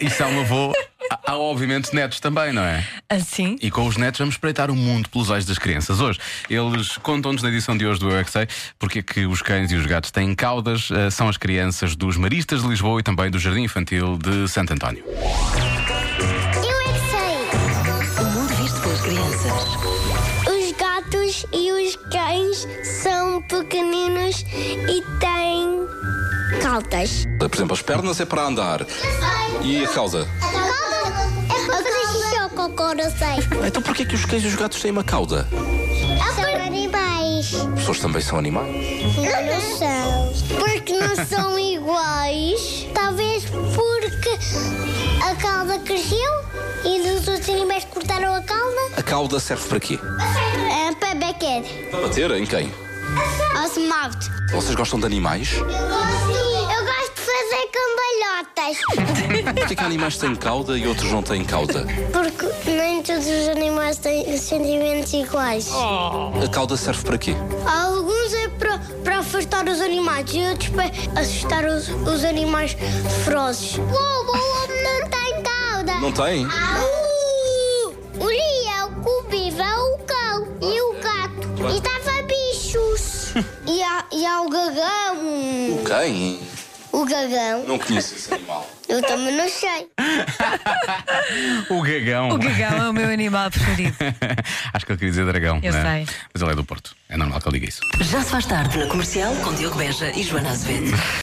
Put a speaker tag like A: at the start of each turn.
A: e se há um avô, há- há obviamente netos também, não é?
B: Assim?
A: E com os netos vamos espreitar o mundo pelos olhos das crianças. Hoje, eles contam-nos na edição de hoje do Eu é que Sei porque é que os cães e os gatos têm caudas, eh, são as crianças dos Maristas de Lisboa e também do Jardim Infantil de Santo António.
C: Eu é que sei.
D: O mundo visto pelas crianças.
C: Os gatos e os cães são pequeninos e têm caudas.
E: Por exemplo, as pernas é para andar. E a causa?
C: É fazer xixi ao cocô, eu sei.
E: Então porquê que os cães e os gatos têm uma cauda?
C: É São animais.
E: As pessoas também são animais.
C: Não, não são. Porque não são iguais. Talvez porque a cauda cresceu e os outros animais cortaram a cauda.
E: A cauda serve para quê?
C: É para bequer.
E: Para bater em quem?
C: Ao esmalte.
E: Vocês gostam de animais?
C: Eu gosto de fazer cambalhotas.
E: Porquê que animais têm cauda e outros não têm cauda?
C: Porque nem todos os animais têm sentimentos iguais.
E: A cauda serve para quê?
C: Alguns é para, para afastar os animais e outros para assustar os, os animais ferozes. O lobo não tem cauda.
E: Não tem?
C: O leão comiva o cão e o gato. E dava bichos. e, há, e há o gagão.
E: O cão?
C: O gagão?
E: Não conheço esse animal.
C: Eu também não sei.
A: O gagão.
B: O cagão é o meu animal preferido.
A: Acho que ele queria dizer dragão.
B: Eu
A: né?
B: sei.
A: Mas ele é do Porto. É normal É que ele diga isso.
D: Já se faz tarde na comercial com Diogo Beja e Joana Azevedo.